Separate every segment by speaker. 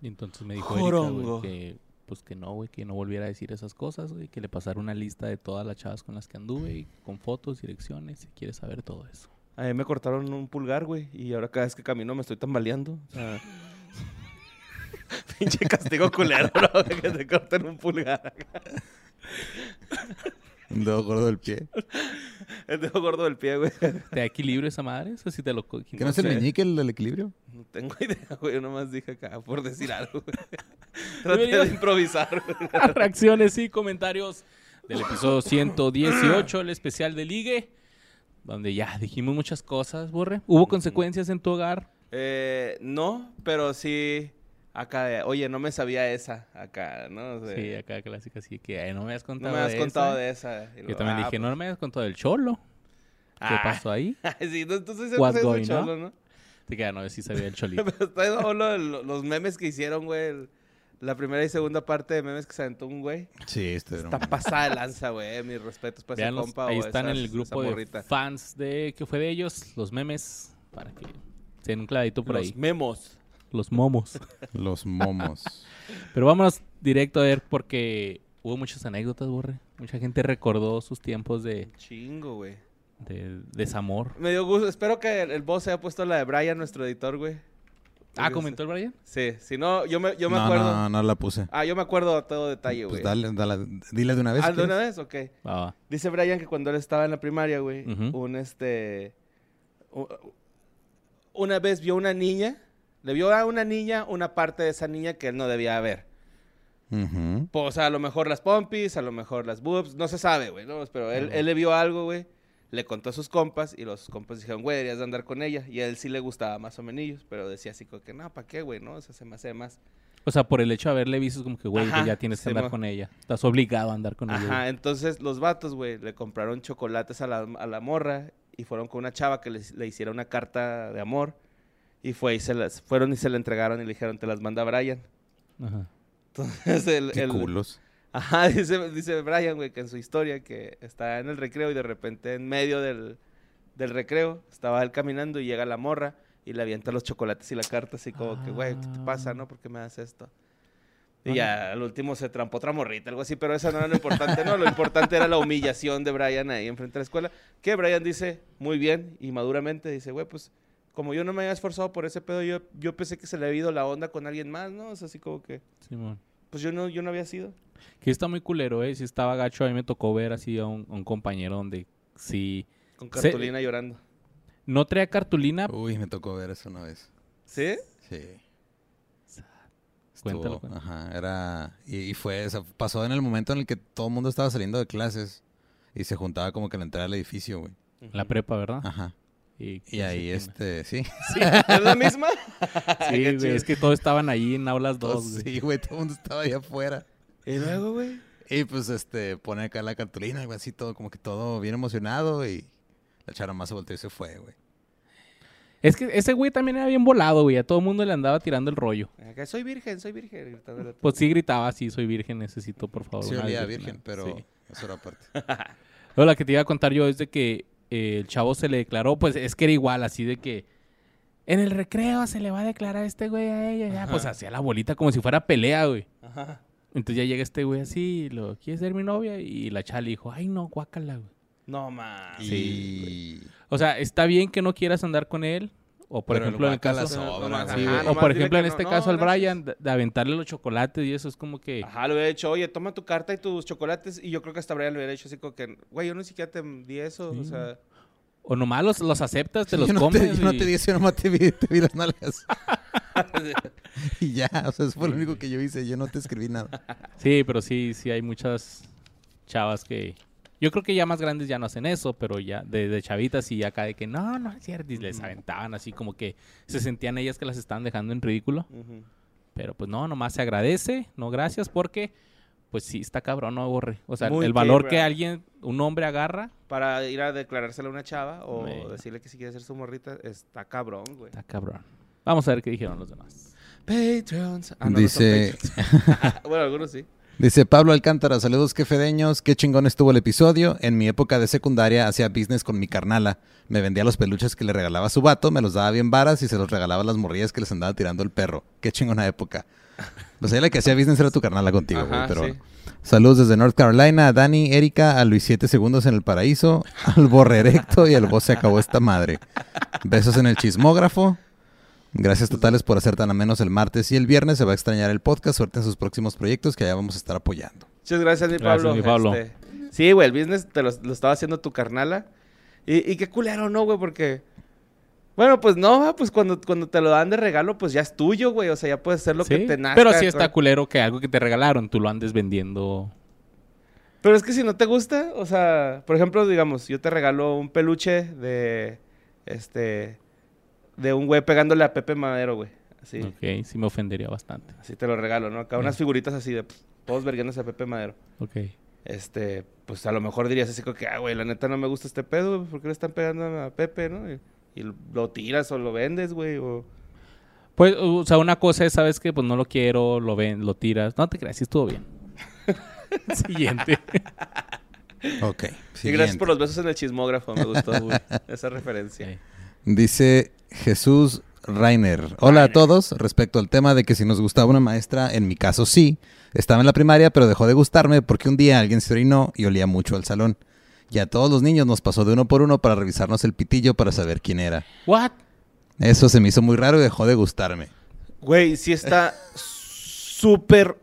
Speaker 1: Y entonces me dijo Erika, güey, que, pues que no, güey, que no volviera a decir esas cosas, güey, que le pasara una lista de todas las chavas con las que anduve, y con fotos, direcciones, si quiere saber todo eso.
Speaker 2: A mí me cortaron un pulgar, güey, y ahora cada vez que camino me estoy tambaleando. O sea, pinche castigo culero, bro, que te corten un pulgar.
Speaker 3: Un dedo gordo del pie.
Speaker 2: El dedo gordo del pie, güey.
Speaker 1: ¿Te da equilibrio esa madre? Eso sí te lo... co-
Speaker 3: ¿Que no es el
Speaker 2: sé.
Speaker 3: meñique el del equilibrio?
Speaker 2: No tengo idea, güey. Yo nomás dije acá por decir algo, güey. Traté de improvisar, güey.
Speaker 1: Reacciones y comentarios del episodio 118, el especial de Ligue, donde ya dijimos muchas cosas, Borre. ¿Hubo consecuencias en tu hogar?
Speaker 2: Eh, no, pero sí acá de, oye, no me sabía esa acá, ¿no? O sea,
Speaker 1: Sí, acá clásica, así que "Ay, no me has
Speaker 2: no
Speaker 1: contado
Speaker 2: me has
Speaker 1: de esa".
Speaker 2: contado de esa. Y
Speaker 1: Yo
Speaker 2: luego,
Speaker 1: también
Speaker 2: ah,
Speaker 1: dije, no me has contado del cholo. ¿Qué
Speaker 2: Ah.
Speaker 1: pasó ahí?
Speaker 2: pues, sí, no, entonces se
Speaker 1: What's
Speaker 2: es
Speaker 1: going
Speaker 2: un
Speaker 1: on?
Speaker 2: cholo, ¿no?
Speaker 1: Te queda, no, sí sabía el cholito.
Speaker 2: Pero está de lo de lo- los memes que hicieron, güey. el- La primera y segunda parte de memes que se aventó un güey.
Speaker 3: Sí, este
Speaker 2: Está pasada de lanza, güey. eh, Mis respetos para
Speaker 1: Vean
Speaker 2: pues, ese compa.
Speaker 1: ahí
Speaker 2: o
Speaker 1: están en
Speaker 2: esas-
Speaker 1: el
Speaker 2: esa
Speaker 1: grupo de
Speaker 2: morrita.
Speaker 1: fans de que fue de ellos, los memes, para que se den un clavadito por
Speaker 2: Los
Speaker 1: ahí.
Speaker 2: memos.
Speaker 1: Los momos.
Speaker 3: Los momos.
Speaker 1: Pero vámonos directo a ver porque hubo muchas anécdotas, Borre. Mucha gente recordó sus tiempos de,
Speaker 2: Chingo, güey.
Speaker 1: de desamor.
Speaker 2: Me dio gusto. Espero que el, el boss haya puesto la de Brian, nuestro editor, güey.
Speaker 1: Ah, ¿comentó el Brian?
Speaker 2: Pues Sí, si no, yo me, yo me
Speaker 3: no,
Speaker 2: acuerdo.
Speaker 3: no, no la puse.
Speaker 2: Ah, yo me acuerdo a todo detalle, güey.
Speaker 3: Pues dale, dale, dile de una vez.
Speaker 2: Ah, ¿de
Speaker 3: ¿quieres?
Speaker 2: una vez? Ok.
Speaker 1: Va, va.
Speaker 2: Dice Brian que cuando él estaba en la primaria, güey,
Speaker 1: Ujú.
Speaker 2: un este... u- Una vez vio una niña, le vio a una niña una parte de esa niña que él no debía ver.
Speaker 3: Ujú.
Speaker 2: Pues, o sea, a lo mejor las pompis, a lo mejor las boobs, no se sabe, güey, ¿no? Pero él, él le vio algo, güey, le contó a sus compas y los compas dijeron, güey, deberías de andar con ella. Y a él sí le gustaba más o menos, pero decía así como que, no, ¿para qué, güey? No, eso se me hace más.
Speaker 1: O sea, por el hecho de haberle visto es como que, güey,
Speaker 2: Ajá,
Speaker 1: ya tienes que andar
Speaker 2: Simón.
Speaker 1: con ella. Estás obligado a andar con ella.
Speaker 2: Ajá,
Speaker 1: güey.
Speaker 2: entonces los vatos, güey, le compraron chocolates a la, a la morra y fueron con una chava que les- le hiciera una carta de amor. Y fue y se las, fueron y se la entregaron y le dijeron, te las manda Brian.
Speaker 1: Ajá.
Speaker 2: Entonces el...
Speaker 3: Qué
Speaker 2: el-
Speaker 3: culos.
Speaker 2: Ajá, dice, dice Brian, güey, que en su historia que está en el recreo y de repente en medio del, del recreo estaba él caminando y llega la morra y le avienta los chocolates y la carta así como que, güey, ¿qué te pasa,
Speaker 1: Ah.
Speaker 2: no? ¿Por qué me das esto? Y ya al último se trampó otra morrita, algo así, pero eso no era lo importante, ¿no? Lo importante era la humillación de Brian ahí enfrente de la escuela. Que Brian dice, muy bien y maduramente, dice, güey, pues como yo no me había esforzado por ese pedo, yo, yo pensé que se le había ido la onda con alguien más, ¿no? O sea, así como que,
Speaker 1: Simón.
Speaker 2: pues yo no, yo no había sido.
Speaker 1: Que está muy culero, ¿eh? Si estaba gacho, a mí me tocó ver así a un, a un compañero donde sí...
Speaker 2: Con
Speaker 1: Se-
Speaker 2: cartulina llorando.
Speaker 1: No traía cartulina.
Speaker 3: Uy, me tocó ver eso una vez.
Speaker 2: ¿Sí?
Speaker 3: Sí.
Speaker 1: Cuéntalo,
Speaker 3: Estuvo-
Speaker 1: cuéntalo.
Speaker 3: Ajá, era... Y, y fue... o sea, pasó en el momento en el que todo el mundo estaba saliendo de clases y se juntaba como que a la entrada del edificio, güey.
Speaker 1: La prepa, ¿verdad?
Speaker 3: Ajá.
Speaker 1: Y,
Speaker 3: Ah, Y ahí, este... Sí.
Speaker 2: ¿Es la misma?
Speaker 1: Sí,
Speaker 2: Qué
Speaker 1: güey, es que todos estaban ahí en aulas 2.
Speaker 3: sí, güey. Todo el mundo estaba ahí afuera.
Speaker 2: Y luego, güey.
Speaker 3: Y pues, este... Pone acá la cartulina, güey. Así todo como que todo bien emocionado y... La chara más se volteó y se fue, güey.
Speaker 1: Es que ese güey también era bien volado, güey. A todo el mundo le andaba tirando el rollo.
Speaker 2: Acá, soy virgen, soy virgen. gritándole a todo.
Speaker 1: Pues sí gritaba, sí, soy virgen, necesito, por favor.
Speaker 3: Sí
Speaker 1: una
Speaker 3: olía a
Speaker 1: virginal".
Speaker 3: virgen, pero...
Speaker 1: Sí.
Speaker 3: Eso era aparte.
Speaker 1: Luego la que te iba a contar yo es de que eh, el chavo se le declaró, pues es que era igual, así de que en el recreo se le va a declarar este güey a ella. ya, pues hacía la bolita como si fuera pelea, güey.
Speaker 2: Ajá.
Speaker 1: Entonces ya llega este güey así, y lo ¿quieres ser mi novia? Y la chava le dijo, ay no, guácala, güey.
Speaker 2: No mames.
Speaker 3: Sí.
Speaker 1: O sea, está bien que no quieras andar con él. O por
Speaker 3: Pero el
Speaker 1: ejemplo, en el
Speaker 3: guácala
Speaker 1: caso.
Speaker 3: sobra,
Speaker 2: No, nomás,
Speaker 3: güey.
Speaker 1: Sí,
Speaker 2: Ajá,
Speaker 1: güey. o
Speaker 2: nomás
Speaker 1: por
Speaker 2: dile
Speaker 1: ejemplo,
Speaker 2: que
Speaker 1: en
Speaker 2: no,
Speaker 1: este
Speaker 2: no,
Speaker 1: caso al
Speaker 2: gracias.
Speaker 1: Brian, de, de aventarle los chocolates y eso es como que.
Speaker 2: Ajá, lo hubiera hecho, oye, toma tu carta y tus chocolates. Y yo creo que hasta Brian lo hubiera hecho así como que, güey, yo ni siquiera te di eso. O sea,
Speaker 1: O nomás los, los aceptas, te
Speaker 3: Sí,
Speaker 1: los
Speaker 3: yo no
Speaker 1: comes.
Speaker 3: Te, yo no
Speaker 1: y-
Speaker 3: te di eso, yo nomás te vi, te vi las nalgas. y ya, o sea, eso fue lo único que yo hice. Yo no te escribí nada.
Speaker 1: Sí, pero sí, sí hay muchas chavas que. Yo creo que ya más grandes ya no hacen eso, pero ya de, de chavitas y ya acá de que no, no es cierto. Y les aventaban así como que se sentían ellas que las estaban dejando en ridículo.
Speaker 2: ujú.
Speaker 1: Pero pues no, nomás se agradece, no gracias, porque pues sí está cabrón, no borre. O sea,
Speaker 2: Muy
Speaker 1: el valor
Speaker 2: cabrón.
Speaker 1: que alguien, un hombre agarra,
Speaker 2: para ir a declarársela a una chava o
Speaker 1: Bueno.
Speaker 2: decirle que si quiere ser su morrita, está cabrón, güey.
Speaker 1: está cabrón. Vamos a ver qué dijeron los demás.
Speaker 2: Patreons. Ah, no, no son
Speaker 3: Dice,
Speaker 2: Patreons. bueno, algunos sí.
Speaker 3: Dice Pablo Alcántara, saludos quefedeños, qué chingón estuvo el episodio. En mi época de secundaria hacía business con mi carnala. Me vendía los peluches que le regalaba a su vato, me los daba bien varas y se los regalaba a las morrillas que les andaba tirando el perro. Qué chingona época. Pues ahí la que hacía business era tu carnala contigo, güey,
Speaker 2: Ajá,
Speaker 3: pero
Speaker 2: sí.
Speaker 3: bueno. Saludos desde North Carolina, a Dani, Erika, a Luis 7 Segundos en el Paraíso, al Borre Erecto y al Vos se acabó esta madre. Besos en el chismógrafo. Gracias totales por hacer tan a menos el martes y el viernes. Se va a extrañar el podcast. Suerte en sus próximos proyectos que allá vamos a estar apoyando.
Speaker 2: Muchas gracias, mi
Speaker 1: Gracias,
Speaker 2: Pablo.
Speaker 1: mi Pablo.
Speaker 2: Este, sí, güey, el business te lo, lo estaba haciendo tu carnala. Y, y qué culero, ¿no, güey? Porque... Bueno, pues no, ah, pues cuando, cuando te lo dan de regalo, pues ya es tuyo, güey. O sea, ya puedes hacer lo que
Speaker 1: Sí,
Speaker 2: te nazca.
Speaker 1: Pero sí está
Speaker 2: con-
Speaker 1: culero que algo que te regalaron tú lo andes vendiendo.
Speaker 2: Pero es que si no te gusta, o sea, por ejemplo, digamos, yo te regalo un peluche de... Este... De un güey pegándole a Pepe Madero, güey. Así.
Speaker 1: Ok, sí me ofendería bastante.
Speaker 2: Así te lo regalo, ¿no? Acá unas
Speaker 1: Sí.
Speaker 2: figuritas así de pues, todos verguiéndose a Pepe Madero.
Speaker 1: Ok.
Speaker 2: Este, pues a lo mejor dirías así como que, ah, güey, la neta no me gusta este pedo, güey, ¿por qué le están pegando a Pepe, no? Y, y lo tiras o lo vendes, güey, o...
Speaker 1: Pues, o sea, una cosa es, ¿sabes qué? Pues no lo quiero, lo ven, lo tiras. No te creas, sí estuvo bien. Siguiente.
Speaker 3: Ok.
Speaker 2: Y gracias por
Speaker 3: siguiente.
Speaker 2: los besos en el chismógrafo, me gustó, güey, esa referencia.
Speaker 1: Ok.
Speaker 3: Dice Jesús Rainer. Hola a todos. Respecto al tema de que si nos gustaba una maestra, en mi caso sí. Estaba en la primaria, pero dejó de gustarme porque un día alguien se orinó y olía mucho al salón. Y a todos los niños nos pasó de uno por uno para revisarnos el pitillo para saber quién era.
Speaker 1: What?
Speaker 3: Eso se me hizo muy raro y dejó de gustarme.
Speaker 2: Güey, sí está súper,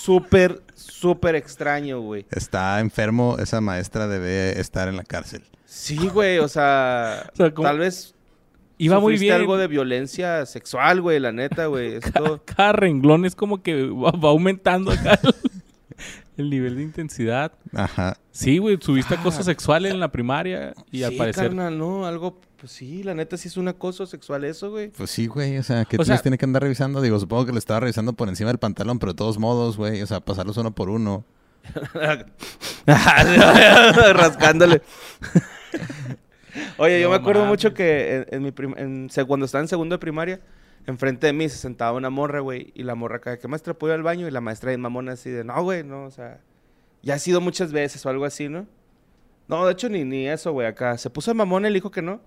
Speaker 2: súper, súper extraño, güey.
Speaker 3: Está enfermo, esa maestra debe estar en la cárcel.
Speaker 2: Sí, güey, o sea,
Speaker 1: O sea, ¿cómo?
Speaker 2: tal vez
Speaker 1: Iba muy
Speaker 2: sufriste
Speaker 1: bien.
Speaker 2: algo de violencia sexual, güey, la neta, güey,
Speaker 1: Ca-
Speaker 2: esto...
Speaker 1: Cada renglón es como que va, va aumentando acá el nivel de intensidad.
Speaker 3: Ajá.
Speaker 1: Sí, güey, tuviste acoso sexual en la primaria y al
Speaker 2: Ah. sí,
Speaker 1: parecer.
Speaker 2: carnal, no, algo... Pues sí, la neta sí es un acoso sexual eso, güey.
Speaker 3: Pues sí, güey, o sea, ¿qué
Speaker 1: O
Speaker 3: les
Speaker 1: sea-
Speaker 3: tiene que andar revisando? Digo, supongo que le estaba revisando por encima del pantalón, pero de todos modos, güey, o sea, pasarlos uno por uno.
Speaker 2: Rascándole. Oye, yo
Speaker 1: No
Speaker 2: me acuerdo
Speaker 1: mames.
Speaker 2: mucho que en, en mi prim- en se- cuando estaba en segundo de primaria, enfrente de mí se sentaba una morra, güey, y la morra acá, ¿qué maestra puedo ir al baño? Y la maestra de mamona así de, no, güey, no, o sea, ya ha sido muchas veces o algo así, ¿no? No, de hecho ni, ni eso, güey, acá. Se puso de mamona y le dijo que no.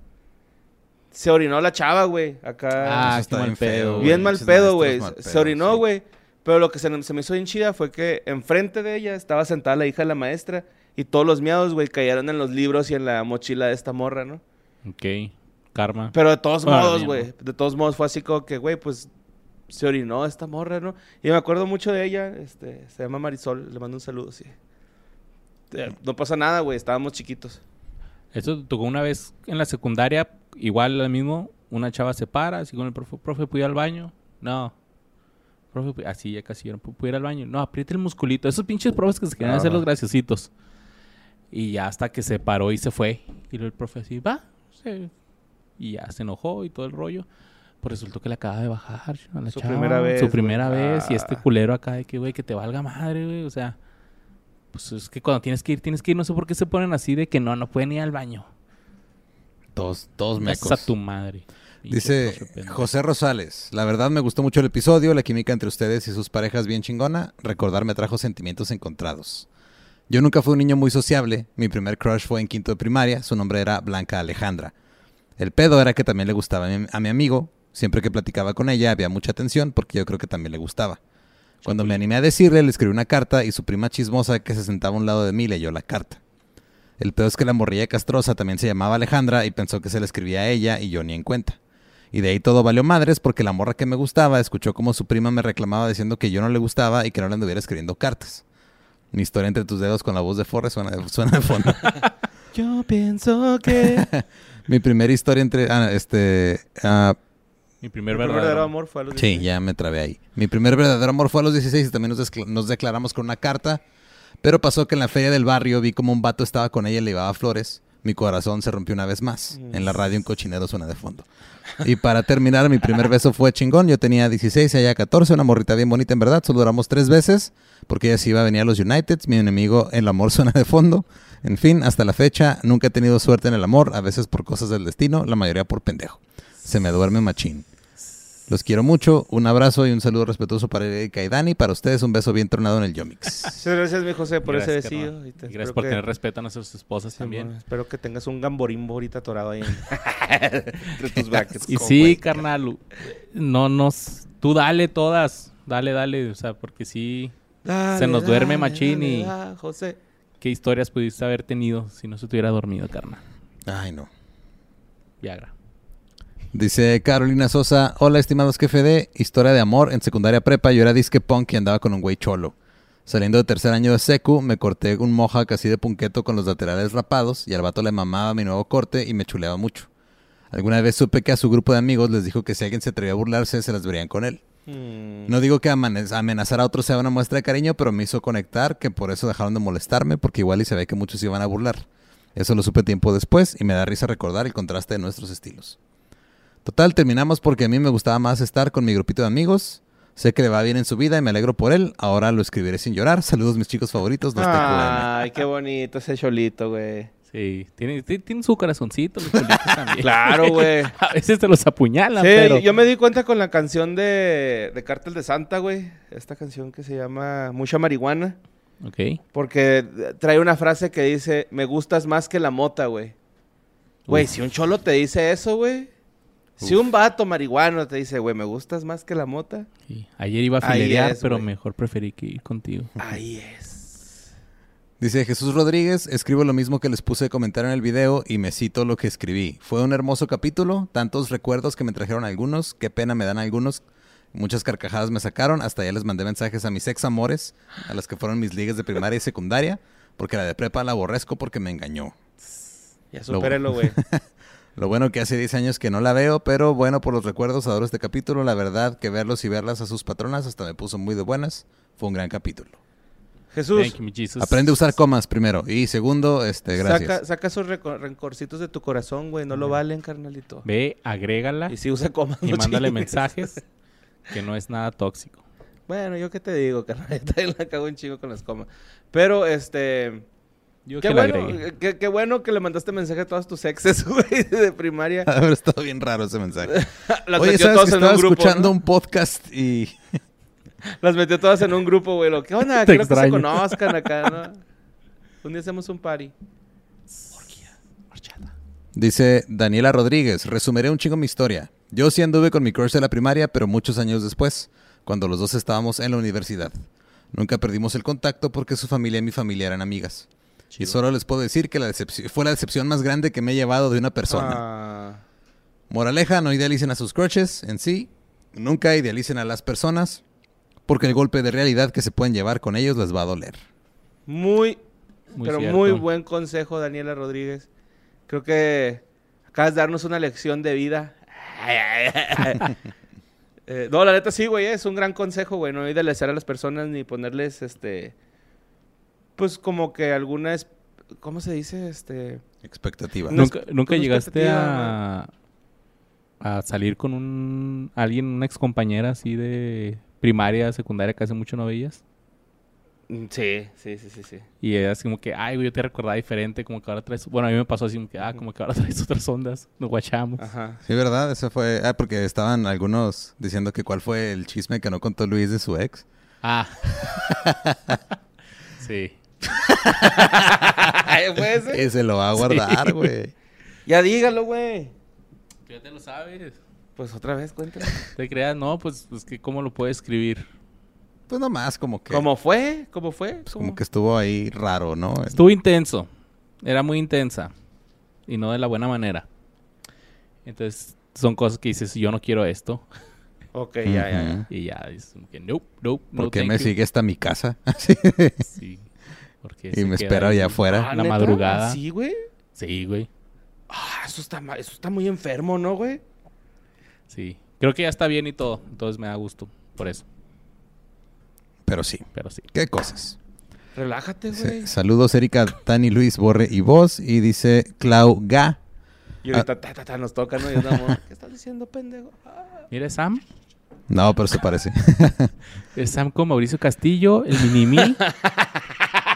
Speaker 2: Se orinó la chava, güey, acá.
Speaker 1: Ah,
Speaker 3: Eso
Speaker 1: qué
Speaker 3: está
Speaker 1: mal pedo, güey.
Speaker 2: Bien mal
Speaker 3: Pinches
Speaker 2: pedo,
Speaker 3: maestros
Speaker 2: güey.
Speaker 3: mal
Speaker 2: Se
Speaker 3: pedo,
Speaker 2: orinó,
Speaker 3: sí.
Speaker 2: güey. Pero lo que se, se me hizo bien chida fue que enfrente de ella estaba sentada la hija de la maestra y todos los miados, güey, cayeron en los libros y en la mochila de esta morra, ¿no?
Speaker 1: Ok, karma.
Speaker 2: Pero de todos
Speaker 1: Ah,
Speaker 2: modos,
Speaker 1: bien,
Speaker 2: güey. De todos modos fue así como que, güey, pues se orinó esta morra, ¿no? Y me acuerdo mucho de ella. Este, se llama Marisol. Le mando un saludo, sí. Eh, No pasa nada, güey. Estábamos chiquitos.
Speaker 1: Eso tocó una vez en la secundaria, igual lo mismo, una chava se para, así con el profe, profe, ¿puedo ir al baño? No. Profe, pu- así ya casi era, ¿puedo ir al baño? No, aprieta el musculito. Esos pinches profes que se querían hacer
Speaker 3: Ajá.
Speaker 1: los graciositos. Y ya hasta que se paró y se fue. Y luego el profe así, va. se-". Y ya se enojó y todo el rollo. Pues resultó que le acaba de bajar a la
Speaker 2: Su
Speaker 1: chava,
Speaker 2: primera vez,
Speaker 1: Su
Speaker 2: güey.
Speaker 1: primera vez. Y este
Speaker 2: Ah.
Speaker 1: culero acá de que, güey, que te valga madre, güey. O sea, pues es que cuando tienes que ir, tienes que ir. No sé por qué se ponen así de que no, no pueden ir al baño.
Speaker 3: Todos, todos
Speaker 1: Gracias a
Speaker 3: mecos.
Speaker 1: tu madre. Pinche profe
Speaker 3: Dice
Speaker 1: pendejo.
Speaker 3: José Rosales, la verdad me gustó mucho el episodio, la química entre ustedes y sus parejas bien chingona, recordar me trajo sentimientos encontrados. Yo nunca fui un niño muy sociable, mi primer crush fue en quinto de primaria, su nombre era Blanca Alejandra. El pedo era que también le gustaba a mi, a mi amigo, siempre que platicaba con ella había mucha atención porque yo creo que también le gustaba. Cuando me animé a decirle, le escribí una carta y su prima chismosa que se sentaba a un lado de mí leyó la carta. El peor es que la morrilla castrosa también se llamaba Alejandra y pensó que se le escribía a ella y yo ni en cuenta. Y de ahí todo valió madres porque la morra que me gustaba escuchó como su prima me reclamaba diciendo que yo no le gustaba y que no le anduviera escribiendo cartas. Mi historia entre tus dedos con la voz de Forrest suena, suena de fondo.
Speaker 2: Yo pienso que...
Speaker 3: Mi primera historia entre... ah, este... ah,
Speaker 1: Mi primer
Speaker 2: El
Speaker 1: verdadero.
Speaker 2: verdadero amor fue a los
Speaker 3: Sí,
Speaker 2: 16.
Speaker 3: ya me trabé ahí. Mi primer verdadero amor fue a los 16 y también nos, descla- nos declaramos con una carta. Pero pasó que en la feria del barrio vi como un vato estaba con ella y le llevaba flores. Mi corazón se rompió una vez más. En la radio un cochinero suena de fondo. Y para terminar, mi primer beso fue chingón. Yo tenía 16, ella 14, una morrita bien bonita en verdad. Solo duramos tres veces porque ella sí iba a venir a los Uniteds. Mi enemigo, el amor suena de fondo. En fin, hasta la fecha nunca he tenido suerte en el amor, a veces por cosas del destino, la mayoría por pendejo. Se me duerme machín. Los quiero mucho. Un abrazo y un saludo respetuoso para Erika y Dani. Para ustedes, un beso bien tronado en el Yomix.
Speaker 2: Muchas gracias, mi José, por
Speaker 1: Gracias,
Speaker 2: ese
Speaker 1: carnal. Y
Speaker 2: besillo. Ahorita
Speaker 1: Gracias
Speaker 2: espero
Speaker 1: por
Speaker 2: que-
Speaker 1: tener respeto a nuestras esposas
Speaker 2: Sí,
Speaker 1: también.
Speaker 2: bueno, espero que tengas un gamborimbo ahorita atorado ahí en- entre tus brackets.
Speaker 1: Y
Speaker 2: como
Speaker 1: sí,
Speaker 2: güey.
Speaker 1: carnal, no nos... Tú dale todas, dale, dale, o sea, porque sí,
Speaker 2: Dale,
Speaker 1: nos duerme
Speaker 2: dale,
Speaker 1: machín
Speaker 2: dale,
Speaker 1: y-
Speaker 2: da, José.
Speaker 1: qué historias pudiste haber tenido si no se te hubiera dormido, carnal.
Speaker 3: Ay, no.
Speaker 1: Viagra.
Speaker 3: Dice Carolina Sosa, hola estimados KFD, historia de amor, en secundaria prepa yo era disque punk y andaba con un güey cholo. Saliendo de tercer año de secu, me corté un mohawk así de punqueto con los laterales rapados y al vato le mamaba mi nuevo corte y me chuleaba mucho. Alguna vez supe que a su grupo de amigos les dijo que si alguien se atrevía a burlarse se las verían con él.
Speaker 2: Mm.
Speaker 3: No digo que amane- amenazar a otros sea una muestra de cariño, pero me hizo conectar que por eso dejaron de molestarme porque igual y se ve que muchos se iban a burlar. Eso lo supe tiempo después y me da risa recordar el contraste de nuestros estilos. Total, terminamos porque a mí me gustaba más estar con mi grupito de amigos. Sé que le va bien en su vida y me alegro por él. Ahora lo escribiré sin llorar. Saludos mis chicos favoritos, los TQM.
Speaker 2: Ay, qué bonito ese cholito, güey.
Speaker 1: Sí, tiene, ti- tiene su corazoncito, los culitos también.
Speaker 2: Claro, güey. Sí,
Speaker 1: A veces te los apuñalan, pero...
Speaker 2: yo me di cuenta con la canción de, de Cártel de Santa, güey. Esta canción que se llama Mucha Marihuana.
Speaker 1: Ok.
Speaker 2: Porque trae una frase que dice, me gustas más que la mota, güey. Güey,
Speaker 1: Uf.
Speaker 2: si un cholo te dice eso, güey. Si un vato marihuano te dice, güey, me gustas más que la mota.
Speaker 1: Sí. Ayer iba a
Speaker 2: Ahí
Speaker 1: filerear,
Speaker 2: es,
Speaker 1: pero
Speaker 2: güey.
Speaker 1: mejor preferí que ir contigo.
Speaker 2: Ahí es.
Speaker 3: Dice Jesús Rodríguez, escribo lo mismo que les puse de comentar en el video y me cito lo que escribí. Fue un hermoso capítulo, tantos recuerdos que me trajeron algunos, qué pena me dan algunos, muchas carcajadas me sacaron, hasta ya les mandé mensajes a mis ex amores, a las que fueron mis ligas de primaria y secundaria, porque la de prepa la aborrezco porque me engañó.
Speaker 2: Ya supérelo, güey.
Speaker 3: Lo bueno que hace 10 años que no la veo, pero bueno, por los recuerdos adoro este capítulo, la verdad que verlos y verlas a sus patronas hasta me puso muy de buenas, fue un gran capítulo.
Speaker 2: Jesús,
Speaker 1: Thank you, Jesus.
Speaker 3: Aprende a usar comas primero y segundo, este, gracias.
Speaker 2: saca, saca esos reco- rencorcitos de tu corazón, güey. No lo valen, carnalito.
Speaker 1: Ve, agrégala
Speaker 2: Y si usa comas.
Speaker 1: y
Speaker 2: no
Speaker 1: mándale
Speaker 2: chingues.
Speaker 1: mensajes que no es nada tóxico.
Speaker 2: Bueno, yo qué te digo, carnal. Yo también la cago un chingo con las comas. Pero, este...
Speaker 1: Yo
Speaker 2: Qué
Speaker 1: que la
Speaker 2: bueno,
Speaker 1: agregue.
Speaker 2: eh, qué, qué bueno que le mandaste mensaje a todas tus exes, güey, de primaria.
Speaker 3: Ha de haber estado bien raro ese mensaje.
Speaker 2: Las
Speaker 3: Ah, Oye,
Speaker 2: metió
Speaker 3: ¿sabes
Speaker 2: todas
Speaker 3: que
Speaker 2: en un
Speaker 3: estaba
Speaker 2: grupo,
Speaker 3: escuchando
Speaker 2: ¿no?
Speaker 3: un podcast y...
Speaker 2: Las metió todas en un grupo, güey. Lo que onda,
Speaker 1: Te
Speaker 2: quiero que se
Speaker 1: extraño.
Speaker 2: conozcan acá, ¿no? Un día hacemos un party.
Speaker 3: Dice Daniela Rodríguez, resumiré un chingo mi historia. Yo sí anduve con mi crush de la primaria, pero muchos años después, cuando los dos estábamos en la universidad. Nunca perdimos el contacto porque su familia y mi familia eran amigas. Y solo les puedo decir que la decepci- fue la decepción más grande que me he llevado de una persona.
Speaker 2: Ah,
Speaker 3: Moraleja, no idealicen a sus crushes en sí. Nunca idealicen a las personas, porque el golpe de realidad que se pueden llevar con ellos les va a doler.
Speaker 2: muy,
Speaker 1: Muy
Speaker 2: pero
Speaker 1: cierto.
Speaker 2: muy buen consejo, Daniela Rodríguez. Creo que acabas de darnos una lección de vida. Eh, no, la neta sí, güey, es un gran consejo, güey. No idealizar a las personas ni ponerles, este, pues como que alguna, es- ¿cómo se dice? Este,
Speaker 3: Expectativa.
Speaker 2: No.
Speaker 1: Nunca, nunca
Speaker 2: una
Speaker 1: llegaste
Speaker 2: expectativa,
Speaker 1: a, a salir con un alguien, una ex compañera así de primaria, secundaria, que hace mucho no veías.
Speaker 2: mm, sí, sí, sí, sí, sí.
Speaker 1: Y era así como que, ay, güey, yo te recordaba diferente, como que ahora traes... Bueno, a mí me pasó así como que, ah, como que ahora traes otras ondas, nos guachamos.
Speaker 2: Ajá.
Speaker 3: Sí, ¿verdad? Eso fue... Ah, porque estaban algunos diciendo que cuál fue el chisme que no contó Luis de su ex.
Speaker 1: Ah. sí.
Speaker 2: ¿Fue ese?
Speaker 3: Ese lo va a guardar, güey.
Speaker 2: Eh, Ya dígalo, güey.
Speaker 1: Ya te lo sabes.
Speaker 2: Pues otra vez, cuéntame.
Speaker 1: Te creas, no, pues, pues que cómo lo puedo escribir.
Speaker 3: Pues nomás como que...
Speaker 2: ¿Cómo fue? ¿Cómo fue?
Speaker 3: pues
Speaker 2: ¿Cómo?
Speaker 3: como que estuvo ahí raro, ¿no?
Speaker 1: Estuvo intenso. Era muy intensa. Y no de la buena manera. Entonces, son cosas que dices, yo no quiero esto.
Speaker 2: Ok, ya, ya, ya.
Speaker 3: Ujú.
Speaker 1: Y ya dices, como que, nope, nope, no
Speaker 3: ¿Por qué
Speaker 1: thank
Speaker 3: me
Speaker 1: you".
Speaker 3: sigue hasta mi casa? Así.
Speaker 1: Sí. Porque
Speaker 3: y
Speaker 1: se
Speaker 3: me
Speaker 1: queda
Speaker 3: espera
Speaker 1: ahí.
Speaker 3: allá afuera.
Speaker 1: Ah, la madrugada.
Speaker 2: Sí, güey.
Speaker 1: Sí, güey.
Speaker 2: Ah, eso está, ma- eso está muy enfermo, ¿no, güey?
Speaker 1: Sí. Creo que ya está bien y todo. Entonces me da gusto por eso.
Speaker 3: Pero sí.
Speaker 1: Pero sí.
Speaker 3: ¿Qué cosas?
Speaker 2: Relájate,
Speaker 3: Dice,
Speaker 2: Pues, güey.
Speaker 3: Saludos, Erika, Tani, Luis, Borre y vos. Y dice Clau Ga.
Speaker 2: Y
Speaker 1: Ah.
Speaker 2: ahorita ta, ta, ta, nos toca, ¿no? Y andamos, ¿Qué estás diciendo, pendejo? Ah.
Speaker 1: Mira, Sam.
Speaker 3: No, pero se parece.
Speaker 1: El Sam con Mauricio Castillo, el Minimi.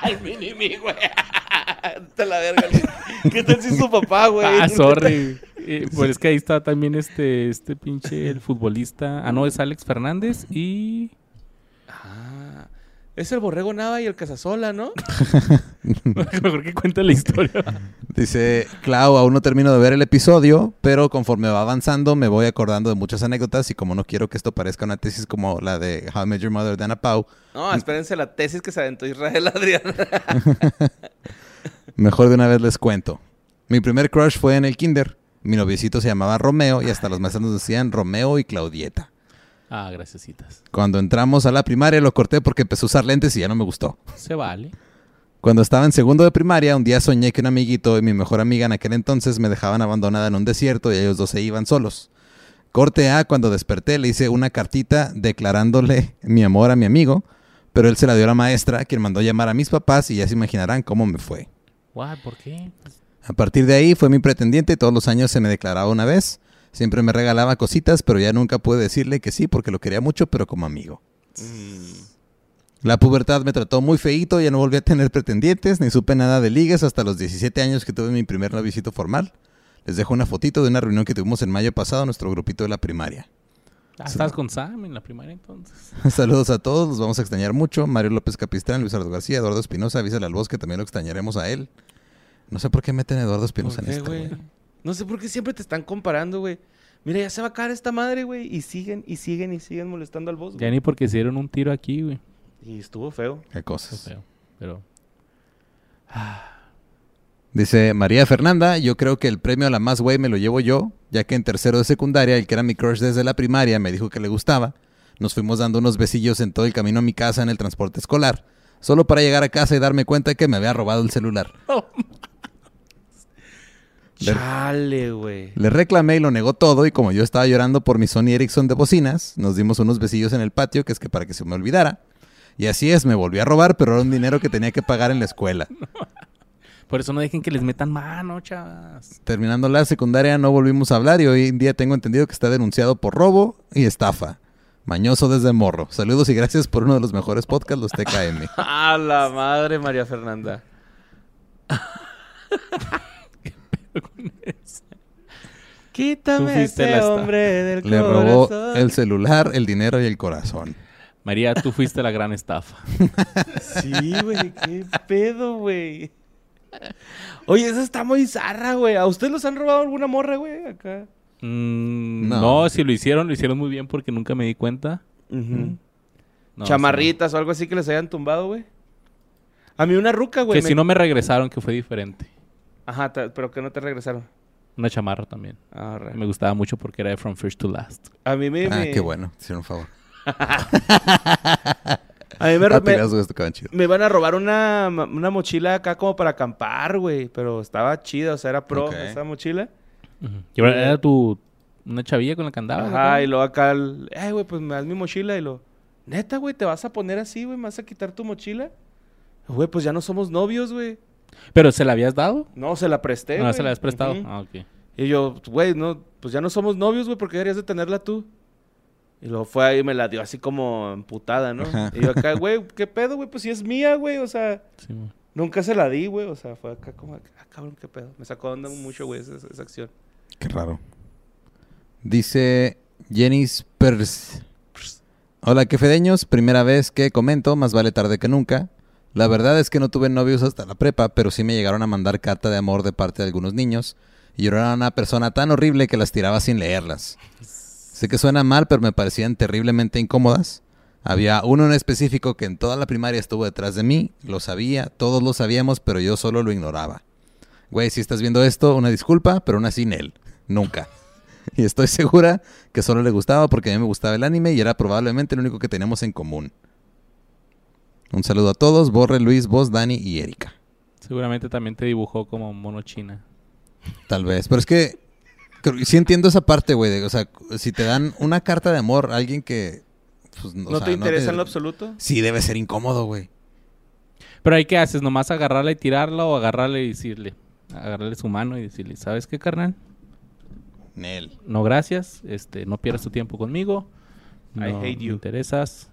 Speaker 2: El mini mi, güey. Te la verga. güey. ¿Qué tal si su papá, güey?
Speaker 1: ah, sorry. Eh, pues es que ahí está también este, este pinche el futbolista. Ah, no, es Alex Fernández y.
Speaker 2: Ah, es el Borrego Nava y el Casasola, ¿no?
Speaker 1: Mejor que cuente la historia.
Speaker 3: Dice, Clau, aún no termino de ver el episodio, pero conforme va avanzando me voy acordando de muchas anécdotas y como no quiero que esto parezca una tesis como la de How I Met Your Mother de Ana Pau,
Speaker 2: No, espérense la tesis que se aventó Israel Adrián.
Speaker 3: mejor de una vez les cuento. Mi primer crush fue en el kinder. Mi noviecito se llamaba Romeo y hasta los maestros nos decían Romeo y Claudieta.
Speaker 1: Ah, graciasitas.
Speaker 3: Cuando entramos a la primaria lo corté porque empezó a usar lentes y ya no me gustó.
Speaker 1: Se vale.
Speaker 3: Cuando estaba en segundo de primaria, un día soñé que un amiguito y mi mejor amiga en aquel entonces me dejaban abandonada en un desierto y ellos dos se iban solos. Corte A, cuando desperté, le hice una cartita declarándole mi amor a mi amigo, pero él se la dio a la maestra, quien mandó llamar a mis papás y ya se imaginarán cómo me fue.
Speaker 1: Guau, ¿Por qué?
Speaker 3: A partir de ahí fue mi pretendiente y todos los años se me declaraba una vez. Siempre me regalaba cositas, pero ya nunca pude decirle que sí porque lo quería mucho, pero como amigo.
Speaker 1: Mm.
Speaker 3: La pubertad me trató muy feíto, ya no volví a tener pretendientes, ni supe nada de ligas hasta los 17 años que tuve mi primer noviecito formal. Les dejo una fotito de una reunión que tuvimos en mayo pasado, nuestro grupito de la primaria.
Speaker 1: Ah, estabas con Sam en la primaria entonces.
Speaker 3: Saludos a todos, los vamos a extrañar mucho. Mario López Capistrán, Luis Eduardo García, Eduardo Espinosa, avísale al bosque, también lo extrañaremos a él. No sé por qué meten a Eduardo Espinosa
Speaker 2: ¿Por
Speaker 3: en
Speaker 2: qué,
Speaker 3: esto,
Speaker 2: güey?
Speaker 3: güey.
Speaker 2: No sé por qué siempre te están comparando, güey. Mira, ya se va a caer esta madre, güey. Y siguen, y siguen, y siguen molestando al boss,
Speaker 1: Ya
Speaker 2: güey.
Speaker 1: ni porque se dieron un tiro aquí, güey.
Speaker 2: Y estuvo feo.
Speaker 3: Qué
Speaker 1: Qué
Speaker 3: cosas.
Speaker 1: feo. Pero.
Speaker 3: Dice María Fernanda, yo creo que el premio a la más güey me lo llevo yo, ya que en tercero de secundaria, el que era mi crush desde la primaria, me dijo que le gustaba. Nos fuimos dando unos besillos en todo el camino a mi casa en el transporte escolar, solo para llegar a casa y darme cuenta que me había robado el celular. Le-
Speaker 2: Chale, güey.
Speaker 3: Le reclamé y lo negó todo y como yo estaba llorando por mi Sony Ericsson de bocinas, nos dimos unos besillos en el patio que es que para que se me olvidara. Y así es, me volví a robar, pero era un dinero que tenía que pagar en la escuela.
Speaker 1: Por eso no dejen que les metan mano, chavas.
Speaker 3: Terminando la secundaria no volvimos a hablar y hoy en día tengo entendido que está denunciado por robo y estafa. Mañoso desde morro. Saludos y gracias por uno de los mejores podcasts, los TKM.
Speaker 2: A la madre, María Fernanda.
Speaker 1: Tú
Speaker 2: Quítame
Speaker 1: fuiste
Speaker 2: ese
Speaker 1: la esta-
Speaker 2: hombre del
Speaker 3: Le robó
Speaker 2: corazón.
Speaker 3: el celular, el dinero y el corazón.
Speaker 1: María, tú fuiste la gran estafa.
Speaker 2: Sí, güey, qué pedo, güey. Oye, esa está muy zarra, güey. ¿A ustedes los han robado alguna morra, güey? Acá.
Speaker 1: Mm,
Speaker 3: No.
Speaker 1: no. si lo hicieron, lo hicieron muy bien porque nunca me di cuenta. No,
Speaker 2: Mm. Chamarritas o algo así que les hayan tumbado, güey. A mí una ruca,
Speaker 1: sí, no.
Speaker 2: güey.
Speaker 1: Que
Speaker 2: me-
Speaker 1: si no me regresaron, que fue diferente.
Speaker 2: Ajá, ta- pero que no te regresaron.
Speaker 1: Una chamarra también.
Speaker 2: Arre.
Speaker 1: Me gustaba mucho porque era de From First to Last.
Speaker 2: A mí me...
Speaker 3: Ah,
Speaker 2: me-
Speaker 3: qué bueno. Hicieron un favor.
Speaker 2: A mí me,
Speaker 3: Ah, te
Speaker 2: me,
Speaker 3: creas, güey, esto queda chido.
Speaker 2: me van a robar una, ma- una mochila acá como para acampar, güey. Pero estaba chida, o sea, era pro
Speaker 3: Ok.
Speaker 2: esa mochila.
Speaker 1: Y ahora era tu... Una chavilla con la que andabas.
Speaker 2: Eh. Ajá,
Speaker 1: acá.
Speaker 2: y luego acá, el, ay, güey, pues me das mi mochila y lo, neta, güey, te vas a poner así, güey, me vas a quitar tu mochila. Güey, pues ya no somos novios, güey.
Speaker 1: ¿Pero se la habías dado?
Speaker 2: No, se la presté.
Speaker 1: no,
Speaker 2: güey.
Speaker 1: se la habías prestado.
Speaker 2: Ujú.
Speaker 1: Ah, ok.
Speaker 2: Y yo, güey, no, pues ya no somos novios, güey, porque deberías de tenerla tú. Y luego fue ahí y me la dio así como emputada, ¿no?
Speaker 3: Ajá.
Speaker 2: Y yo acá, güey, ¿qué pedo, güey? Pues si es mía, güey, o sea,
Speaker 1: Sí, mo.
Speaker 2: nunca se la di, güey, o sea, fue acá como, ah, cabrón, qué pedo. Me sacó de onda mucho, güey, esa, esa acción.
Speaker 3: Qué raro. Dice Jenny Pers. Hola, que fedeños. Primera vez que comento, más vale tarde que nunca. La verdad es que no tuve novios hasta la prepa, pero sí me llegaron a mandar carta de amor de parte de algunos niños. Y yo era una persona tan horrible que las tiraba sin leerlas. Sé que suena mal, pero me parecían terriblemente incómodas. Había uno en específico que en toda la primaria estuvo detrás de mí, lo sabía, todos lo sabíamos, pero yo solo lo ignoraba. Güey, si estás viendo esto, una disculpa, pero una sin él. Nunca. Y estoy segura que solo le gustaba porque a mí me gustaba el anime y era probablemente lo único que teníamos en común. Un saludo a todos, Borre, Luis, vos, Dani y Erika.
Speaker 1: Seguramente también te dibujó como mono china.
Speaker 3: Tal vez, pero es que creo- sí entiendo esa parte, güey. de- O sea, si te dan una carta de amor a alguien que... pues,
Speaker 2: ¿No
Speaker 3: o sea,
Speaker 2: te interesa en lo absoluto?
Speaker 3: Sí, debe ser incómodo, güey.
Speaker 1: Pero ahí qué haces, nomás agarrarla y tirarla o agarrarla y decirle, agarrarle su mano y decirle, ¿sabes qué, carnal?
Speaker 3: Nel.
Speaker 1: No gracias, este, no pierdas tu tiempo conmigo. No
Speaker 2: I hate
Speaker 1: me
Speaker 2: you.
Speaker 1: interesas.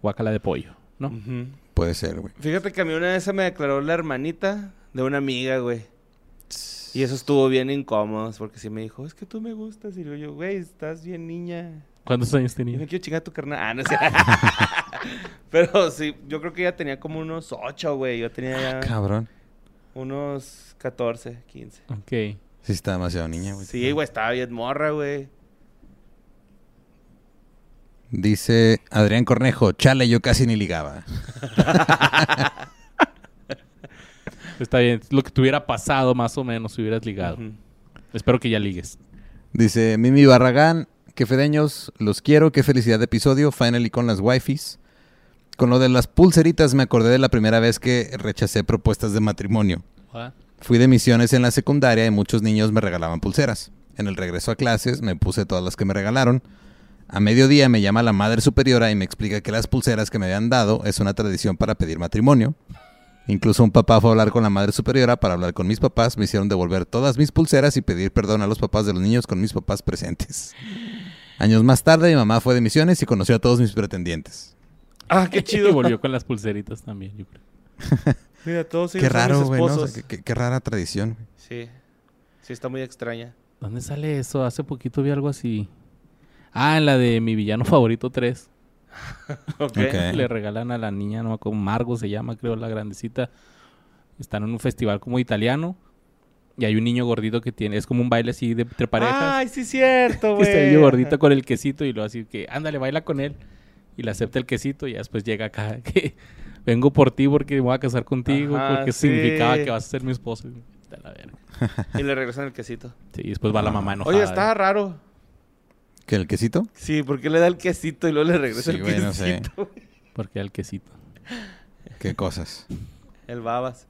Speaker 1: Guácala de pollo, ¿no?
Speaker 2: Ujú.
Speaker 3: Puede ser, güey.
Speaker 2: Fíjate que a mí una vez se me declaró la hermanita de una amiga, güey. Y eso estuvo bien incómodo, porque sí me dijo, es que tú me gustas. Y yo, güey, estás bien niña.
Speaker 1: ¿Cuántos años
Speaker 2: Yo me
Speaker 1: tenía?
Speaker 2: quiero chingar a tu carnal. Ah, no sé. Pero sí, yo creo que ella tenía como unos 8, güey. Yo tenía ya
Speaker 3: Cabrón.
Speaker 2: unos 14, 15.
Speaker 1: Ok.
Speaker 3: Sí, está demasiado niña, güey.
Speaker 2: Sí, güey, estaba bien morra, güey.
Speaker 3: Dice Adrián Cornejo, chale, yo casi ni ligaba.
Speaker 1: Está bien. Lo que te hubiera pasado, más o menos, si hubieras ligado.
Speaker 2: Ujú.
Speaker 1: Espero que ya ligues.
Speaker 3: Dice Mimi Barragán, que fedeños, los quiero, qué felicidad de episodio, finally con las wifis. Con lo de las pulseritas me acordé de la primera vez que rechacé propuestas de matrimonio.
Speaker 2: Ah,
Speaker 3: Fui de misiones en la secundaria y muchos niños me regalaban pulseras. En el regreso a clases me puse todas las que me regalaron. A mediodía me llama la madre superiora y me explica que las pulseras que me habían dado es una tradición para pedir matrimonio. Incluso un papá fue a hablar con la madre superiora para hablar con mis papás. Me hicieron devolver todas mis pulseras y pedir perdón a los papás de los niños con mis papás presentes. Años más tarde mi mamá fue de misiones y conoció a todos mis pretendientes.
Speaker 2: Ah, qué
Speaker 1: Y
Speaker 2: chido.
Speaker 1: volvió con las pulseritas también, yo creo.
Speaker 2: Mira, todos ellos
Speaker 3: Qué
Speaker 2: son mis
Speaker 3: raro, güey. ¿no? O sea,
Speaker 2: esposos.
Speaker 3: qué- qué- qué rara tradición.
Speaker 2: Sí. Sí, está muy extraña.
Speaker 1: ¿Dónde sale eso? Hace poquito vi algo así. Ah, en la de mi villano favorito 3.
Speaker 2: Ok.
Speaker 3: Ok.
Speaker 1: Le regalan a la niña, no me acuerdo, Margo se llama, creo, la grandecita. Están en un festival como italiano. Y hay un niño gordito que tiene, es como un baile así de entre parejas.
Speaker 2: Ay, sí, es cierto,
Speaker 1: que
Speaker 2: Ah, güey.
Speaker 1: está ahí gordito con el quesito y lo así que, ándale, baila con él. Y le acepta el quesito y ya después llega acá que vengo por ti porque me voy a casar contigo,
Speaker 2: Ajá,
Speaker 1: porque
Speaker 2: sí.
Speaker 1: significaba que vas a ser mi esposo. Y, "Vete a la verga".
Speaker 2: Y le regresan el quesito.
Speaker 1: Sí, y después va la mamá enojada.
Speaker 2: Oye, está raro.
Speaker 3: ¿Que el quesito?
Speaker 2: Sí, ¿por qué le da el quesito y luego le regresa
Speaker 3: Sí,
Speaker 2: el
Speaker 3: güey,
Speaker 2: quesito?
Speaker 3: no sé.
Speaker 1: Porque era el quesito.
Speaker 3: ¿Qué cosas?
Speaker 2: El babas.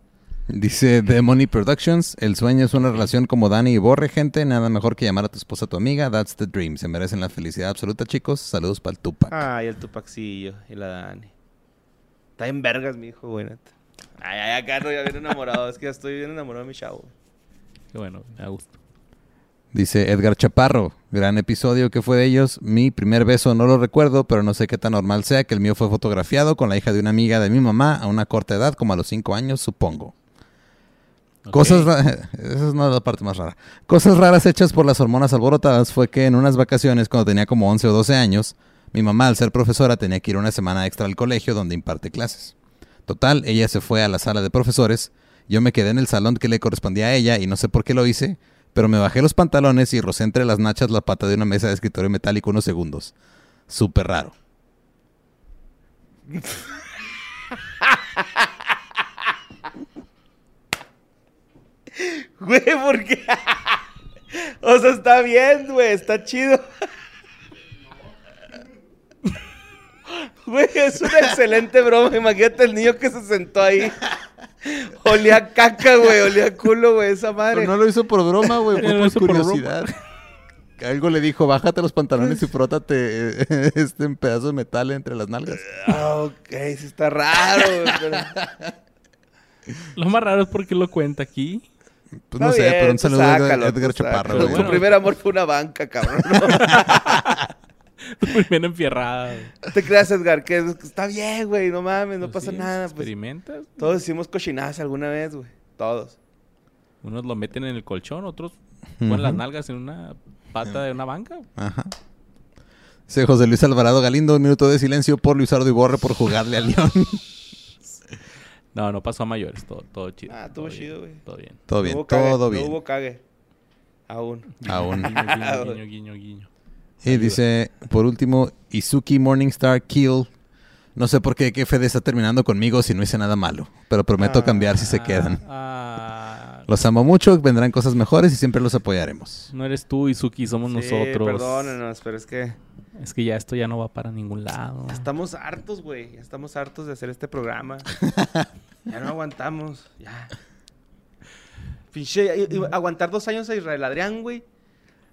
Speaker 3: Dice The Money Productions, el sueño es una relación como Dani y Borre, gente, nada mejor que llamar a tu esposa tu amiga, that's the dream, se merecen la felicidad absoluta, chicos, saludos para el Tupac.
Speaker 2: Ay, el Tupacillo y la Dani. Está en vergas, mi hijo, güey, neta. Ay, ay, acá no, ya bien enamorado. Es que ya estoy bien enamorado de mi chavo.
Speaker 1: Qué bueno, me da gusto.
Speaker 3: Dice Edgar Chaparro, gran episodio que fue de ellos, mi primer beso no lo recuerdo, pero no sé qué tan normal sea que el mío fue fotografiado con la hija de una amiga de mi mamá a una corta edad, como a los 5 años, supongo. Cosas raras, esa es no la parte más rara. Cosas raras hechas por las hormonas alborotadas fue que en unas vacaciones cuando tenía como 11 o 12 años, mi mamá al ser profesora tenía que ir una semana extra al colegio donde imparte clases. Total, ella se fue a la sala de profesores, yo me quedé en el salón que le correspondía a ella y no sé por qué lo hice, pero me bajé los pantalones y rocé entre las nachas la pata de una mesa de escritorio metálico unos segundos. Súper raro.
Speaker 2: Güey, ¿por qué? O sea, está bien, güey, está chido. Güey, es una excelente broma. Imagínate el niño que se sentó ahí. Olía a caca, güey, olía a culo, güey, esa madre.
Speaker 3: lo hizo por broma, güey,
Speaker 1: fue No lo por hizo por curiosidad.
Speaker 3: Algo le dijo, bájate los pantalones y frótate este pedazo de metal entre las nalgas.
Speaker 2: Ah, ok, sí está raro, güey. pero-
Speaker 3: Pues
Speaker 1: Lo más raro es porque lo cuenta aquí.
Speaker 3: Pues no
Speaker 2: Está
Speaker 3: sé,
Speaker 2: bien,
Speaker 3: pero un
Speaker 2: tú
Speaker 3: saludo a Edgar-
Speaker 2: sácalo, tú
Speaker 3: Edgar
Speaker 2: sácalo.
Speaker 3: Chaparro,
Speaker 1: Pero
Speaker 3: güey.
Speaker 2: Tu
Speaker 1: bueno.
Speaker 2: primer amor fue una banca, cabrón.
Speaker 1: Tu primera enfierrada. güey.
Speaker 2: No te creas, Edgar, que está bien, güey, no mames, no
Speaker 1: Pues
Speaker 2: pasa
Speaker 1: sí,
Speaker 2: nada. pues.
Speaker 1: Experimentas.
Speaker 2: todos hicimos cochinadas alguna vez, güey. Todos.
Speaker 1: Unos lo meten en el colchón, otros ponen las nalgas en una pata de una banca.
Speaker 3: Ajá. Dice José Luis Alvarado Galindo, un minuto de silencio por Luisardo Iborre por jugarle al León.
Speaker 1: No, no pasó a mayores. Todo, todo chido.
Speaker 2: Ah,
Speaker 1: todo
Speaker 2: estuvo
Speaker 1: bien,
Speaker 2: chido, güey.
Speaker 1: Todo bien.
Speaker 3: Todo
Speaker 2: No
Speaker 3: bien,
Speaker 2: hubo cague,
Speaker 3: todo
Speaker 2: No
Speaker 3: bien.
Speaker 2: hubo cague. Aún.
Speaker 3: Aún.
Speaker 1: Guiño, guiño, guiño, guiño, guiño.
Speaker 3: Y dice, por último, Izuki Morningstar Kill. No sé por qué que Fede está terminando conmigo si no hice nada malo, pero prometo
Speaker 2: Ah.
Speaker 3: cambiar si se quedan.
Speaker 1: Ah, ah,
Speaker 3: Los amo mucho, vendrán cosas mejores y siempre los apoyaremos.
Speaker 1: no eres tú, Izuki, somos
Speaker 2: Sí,
Speaker 1: nosotros.
Speaker 2: Perdónenos, pero es que
Speaker 1: Es que ya esto ya no va para ningún lado.
Speaker 2: estamos hartos, güey. Ya Estamos hartos de hacer este programa. ya no aguantamos. Ya. Pinche, i- i- aguantar dos años a Israel Adrián, güey.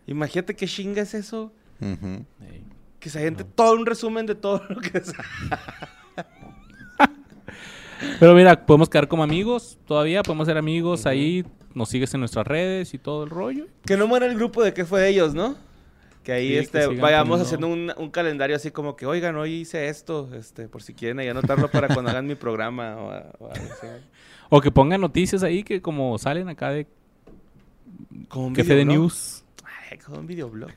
Speaker 2: Imagínate qué chinga es eso.
Speaker 3: Ujú.
Speaker 1: Ey.
Speaker 2: Que se gente todo un resumen de todo lo que es.
Speaker 1: Pero mira, podemos quedar como amigos todavía, podemos ser amigos ahí, nos sigues en nuestras redes y todo el rollo.
Speaker 2: Que no muera el grupo de qué fue de ellos, ¿no? Que ahí
Speaker 1: Sí, que
Speaker 2: este,
Speaker 1: sigan
Speaker 2: vayamos
Speaker 1: poniendo-
Speaker 2: haciendo un, un calendario así como que, oigan, hoy hice esto, este, por si quieren ahí anotarlo para cuando hagan mi programa o, a- o algo así.
Speaker 1: O que pongan noticias ahí que como salen acá de
Speaker 2: Con un
Speaker 1: jefe de
Speaker 2: videoblog.
Speaker 1: news.
Speaker 2: Ay, con un videoblog.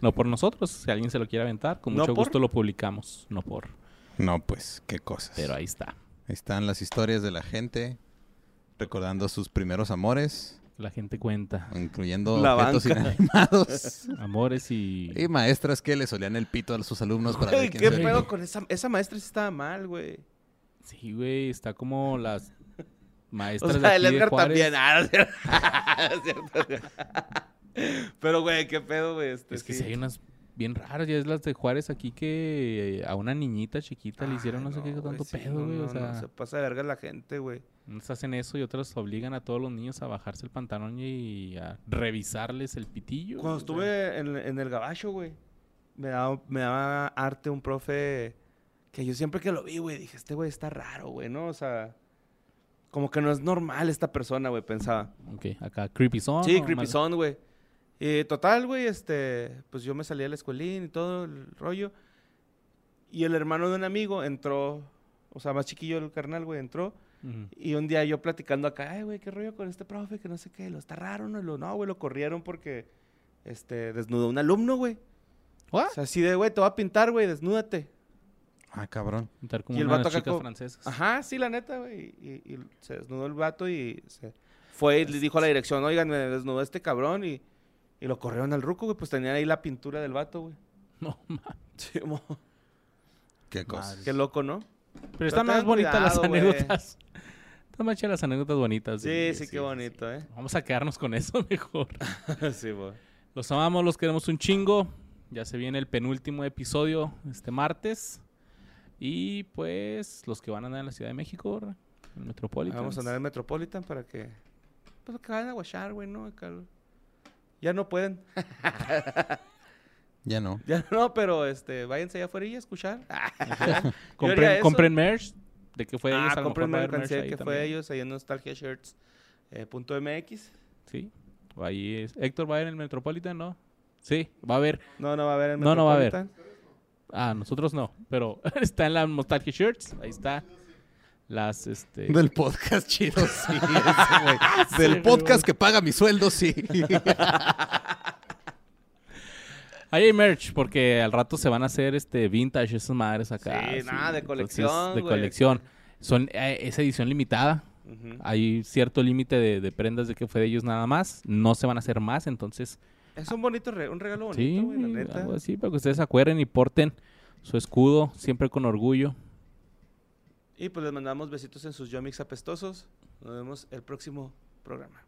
Speaker 1: No por nosotros, si alguien se lo quiere aventar, con
Speaker 2: ¿No
Speaker 1: mucho
Speaker 2: por?
Speaker 1: gusto lo publicamos. No por,
Speaker 3: No, pues, qué cosas.
Speaker 1: pero ahí está.
Speaker 3: Ahí están las historias de la gente recordando sus primeros amores,
Speaker 1: La gente cuenta.
Speaker 3: incluyendo
Speaker 2: La
Speaker 3: objetos
Speaker 2: banca.
Speaker 3: inanimados.
Speaker 1: Amores y...
Speaker 3: Y maestras que le solían el pito a sus alumnos para
Speaker 2: Güey,
Speaker 3: ver
Speaker 2: ¿Qué
Speaker 3: quién
Speaker 1: soy.
Speaker 3: se-
Speaker 2: pedo con esa, esa maestra? Sí estaba mal, güey.
Speaker 1: Sí, güey, está como las
Speaker 2: O
Speaker 1: maestras
Speaker 2: sea,
Speaker 1: de
Speaker 2: el
Speaker 1: aquí de
Speaker 2: Edgar
Speaker 1: Juárez.
Speaker 2: también. Ah, no es cierto. Es cierto, güey. Pero, güey, qué pedo, güey. Este,
Speaker 1: Es que
Speaker 2: sí.
Speaker 1: si hay unas bien raras, ya es las de Juárez aquí que eh, a una niñita chiquita le hicieron
Speaker 2: Ay,
Speaker 1: no, sé qué
Speaker 2: güey,
Speaker 1: tanto
Speaker 2: sí,
Speaker 1: pedo,
Speaker 2: Ah, no,
Speaker 1: güey.
Speaker 2: no,
Speaker 1: o
Speaker 2: no,
Speaker 1: sea,
Speaker 2: se pasa de verga la gente, güey.
Speaker 1: unas hacen eso y otras obligan a todos los niños a bajarse el pantalón y a revisarles el pitillo.
Speaker 2: Cuando
Speaker 1: o sea.
Speaker 2: estuve en, en el gabacho, güey, me daba, me daba arte un profe que yo siempre que lo vi, güey, dije, este güey está raro, güey, ¿no? O sea, como que no es normal esta persona, güey, pensaba.
Speaker 1: Ok, acá Creepy Zone.
Speaker 2: Sí,
Speaker 1: ¿no?
Speaker 2: Creepy
Speaker 1: Más-
Speaker 2: Zone, güey. Y total, güey, este, pues yo me salí de la escuelín y todo el rollo. Y el hermano de un amigo entró, o sea, más chiquillo el carnal, güey, entró.
Speaker 1: Ujú.
Speaker 2: Y un día yo platicando acá, ay, güey, qué rollo con este profe, que no sé qué, lo está raro, ¿no? Y lo, no, güey, lo corrieron porque, este, desnudó a un alumno, güey.
Speaker 1: ¿What?
Speaker 2: O sea, así de, güey, te voy a pintar, güey, desnúdate.
Speaker 3: Ah, cabrón.
Speaker 1: Juntar como
Speaker 2: Y el
Speaker 1: una de
Speaker 2: vato
Speaker 1: las
Speaker 2: acá
Speaker 1: chicas
Speaker 2: como-
Speaker 1: francesas.
Speaker 2: Ajá, sí, la neta, güey. Y, y- y se desnudó el vato y se fue y le dijo a la dirección, oigan, me desnudó este cabrón y, y lo corrieron al ruco, güey. Pues tenían ahí la pintura del vato, güey.
Speaker 1: No, ma-
Speaker 2: Sí, mo-
Speaker 3: Qué cosas.
Speaker 2: Qué loco, ¿no?
Speaker 1: Pero están
Speaker 2: tengan
Speaker 1: más bonitas las
Speaker 2: cuidado, güey.
Speaker 1: anécdotas. Están más chidas las anécdotas bonitas.
Speaker 2: Sí, sí, qué bonito, ¿eh?
Speaker 1: Vamos a quedarnos con eso mejor.
Speaker 2: sí, güey.
Speaker 1: Los amamos, los queremos un chingo. Ya se viene el penúltimo episodio este martes. Y pues los que van a andar en la Ciudad de México, ¿verdad? en Metropolitan.
Speaker 2: Vamos a andar en Metropolitan para que... Pues que vayan a guachar, güey, ¿no? Acá lo- Ya no pueden.
Speaker 3: Ya no.
Speaker 2: Ya no, pero este, váyanse allá afuera y a escuchar. Yo haría
Speaker 1: Compren,
Speaker 2: eso.
Speaker 1: compren merch. ¿De qué fue de ellos?
Speaker 2: Ah,
Speaker 1: Pues, A lo mejor
Speaker 2: compren
Speaker 1: va a
Speaker 2: la
Speaker 1: haber merch
Speaker 2: mercancía
Speaker 1: ahí
Speaker 2: que fue de
Speaker 1: también.
Speaker 2: ellos ahí en eh, nostalgiashirts.mx.
Speaker 1: Sí. Ahí es. Héctor va a ir en el Metropolitan, ¿no? Sí, va a haber.
Speaker 2: No, no va a haber en
Speaker 1: No, no va a haber.
Speaker 2: Metropolitan.
Speaker 1: Ah, nosotros no. Pero está en la Nostalgia Shirts. Ahí está. Las, este...
Speaker 3: Del podcast chido, sí. ese, güey. Del
Speaker 1: Sí,
Speaker 3: podcast que paga mi sueldo, sí.
Speaker 1: Ahí hay merch, porque al rato se van a hacer este vintage, esas madres acá.
Speaker 2: Sí, nada, de
Speaker 1: entonces,
Speaker 2: colección,
Speaker 1: de
Speaker 2: güey.
Speaker 1: colección. Son, eh, es edición limitada.
Speaker 2: Ujú.
Speaker 1: Hay cierto límite de, de prendas de que fue de ellos nada más. No se van a hacer más, entonces.
Speaker 2: Es un bonito re- un regalo bonito,
Speaker 1: sí,
Speaker 2: güey, la neta.
Speaker 1: algo así, para que ustedes se acuerden y porten su escudo siempre con orgullo.
Speaker 2: Y pues les mandamos besitos en sus yomics apestosos. Nos vemos el próximo programa.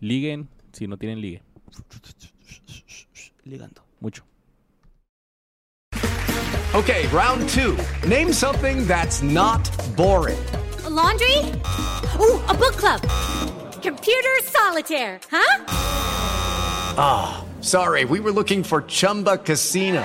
Speaker 1: Liguen si no tienen ligue.
Speaker 2: Ligando.
Speaker 1: Mucho.
Speaker 4: Okay, round two. Name something that's not boring.
Speaker 5: A laundry? Ooh, a book club. Computer solitaire, huh?
Speaker 4: Sorry, we were looking for Chumba Casino.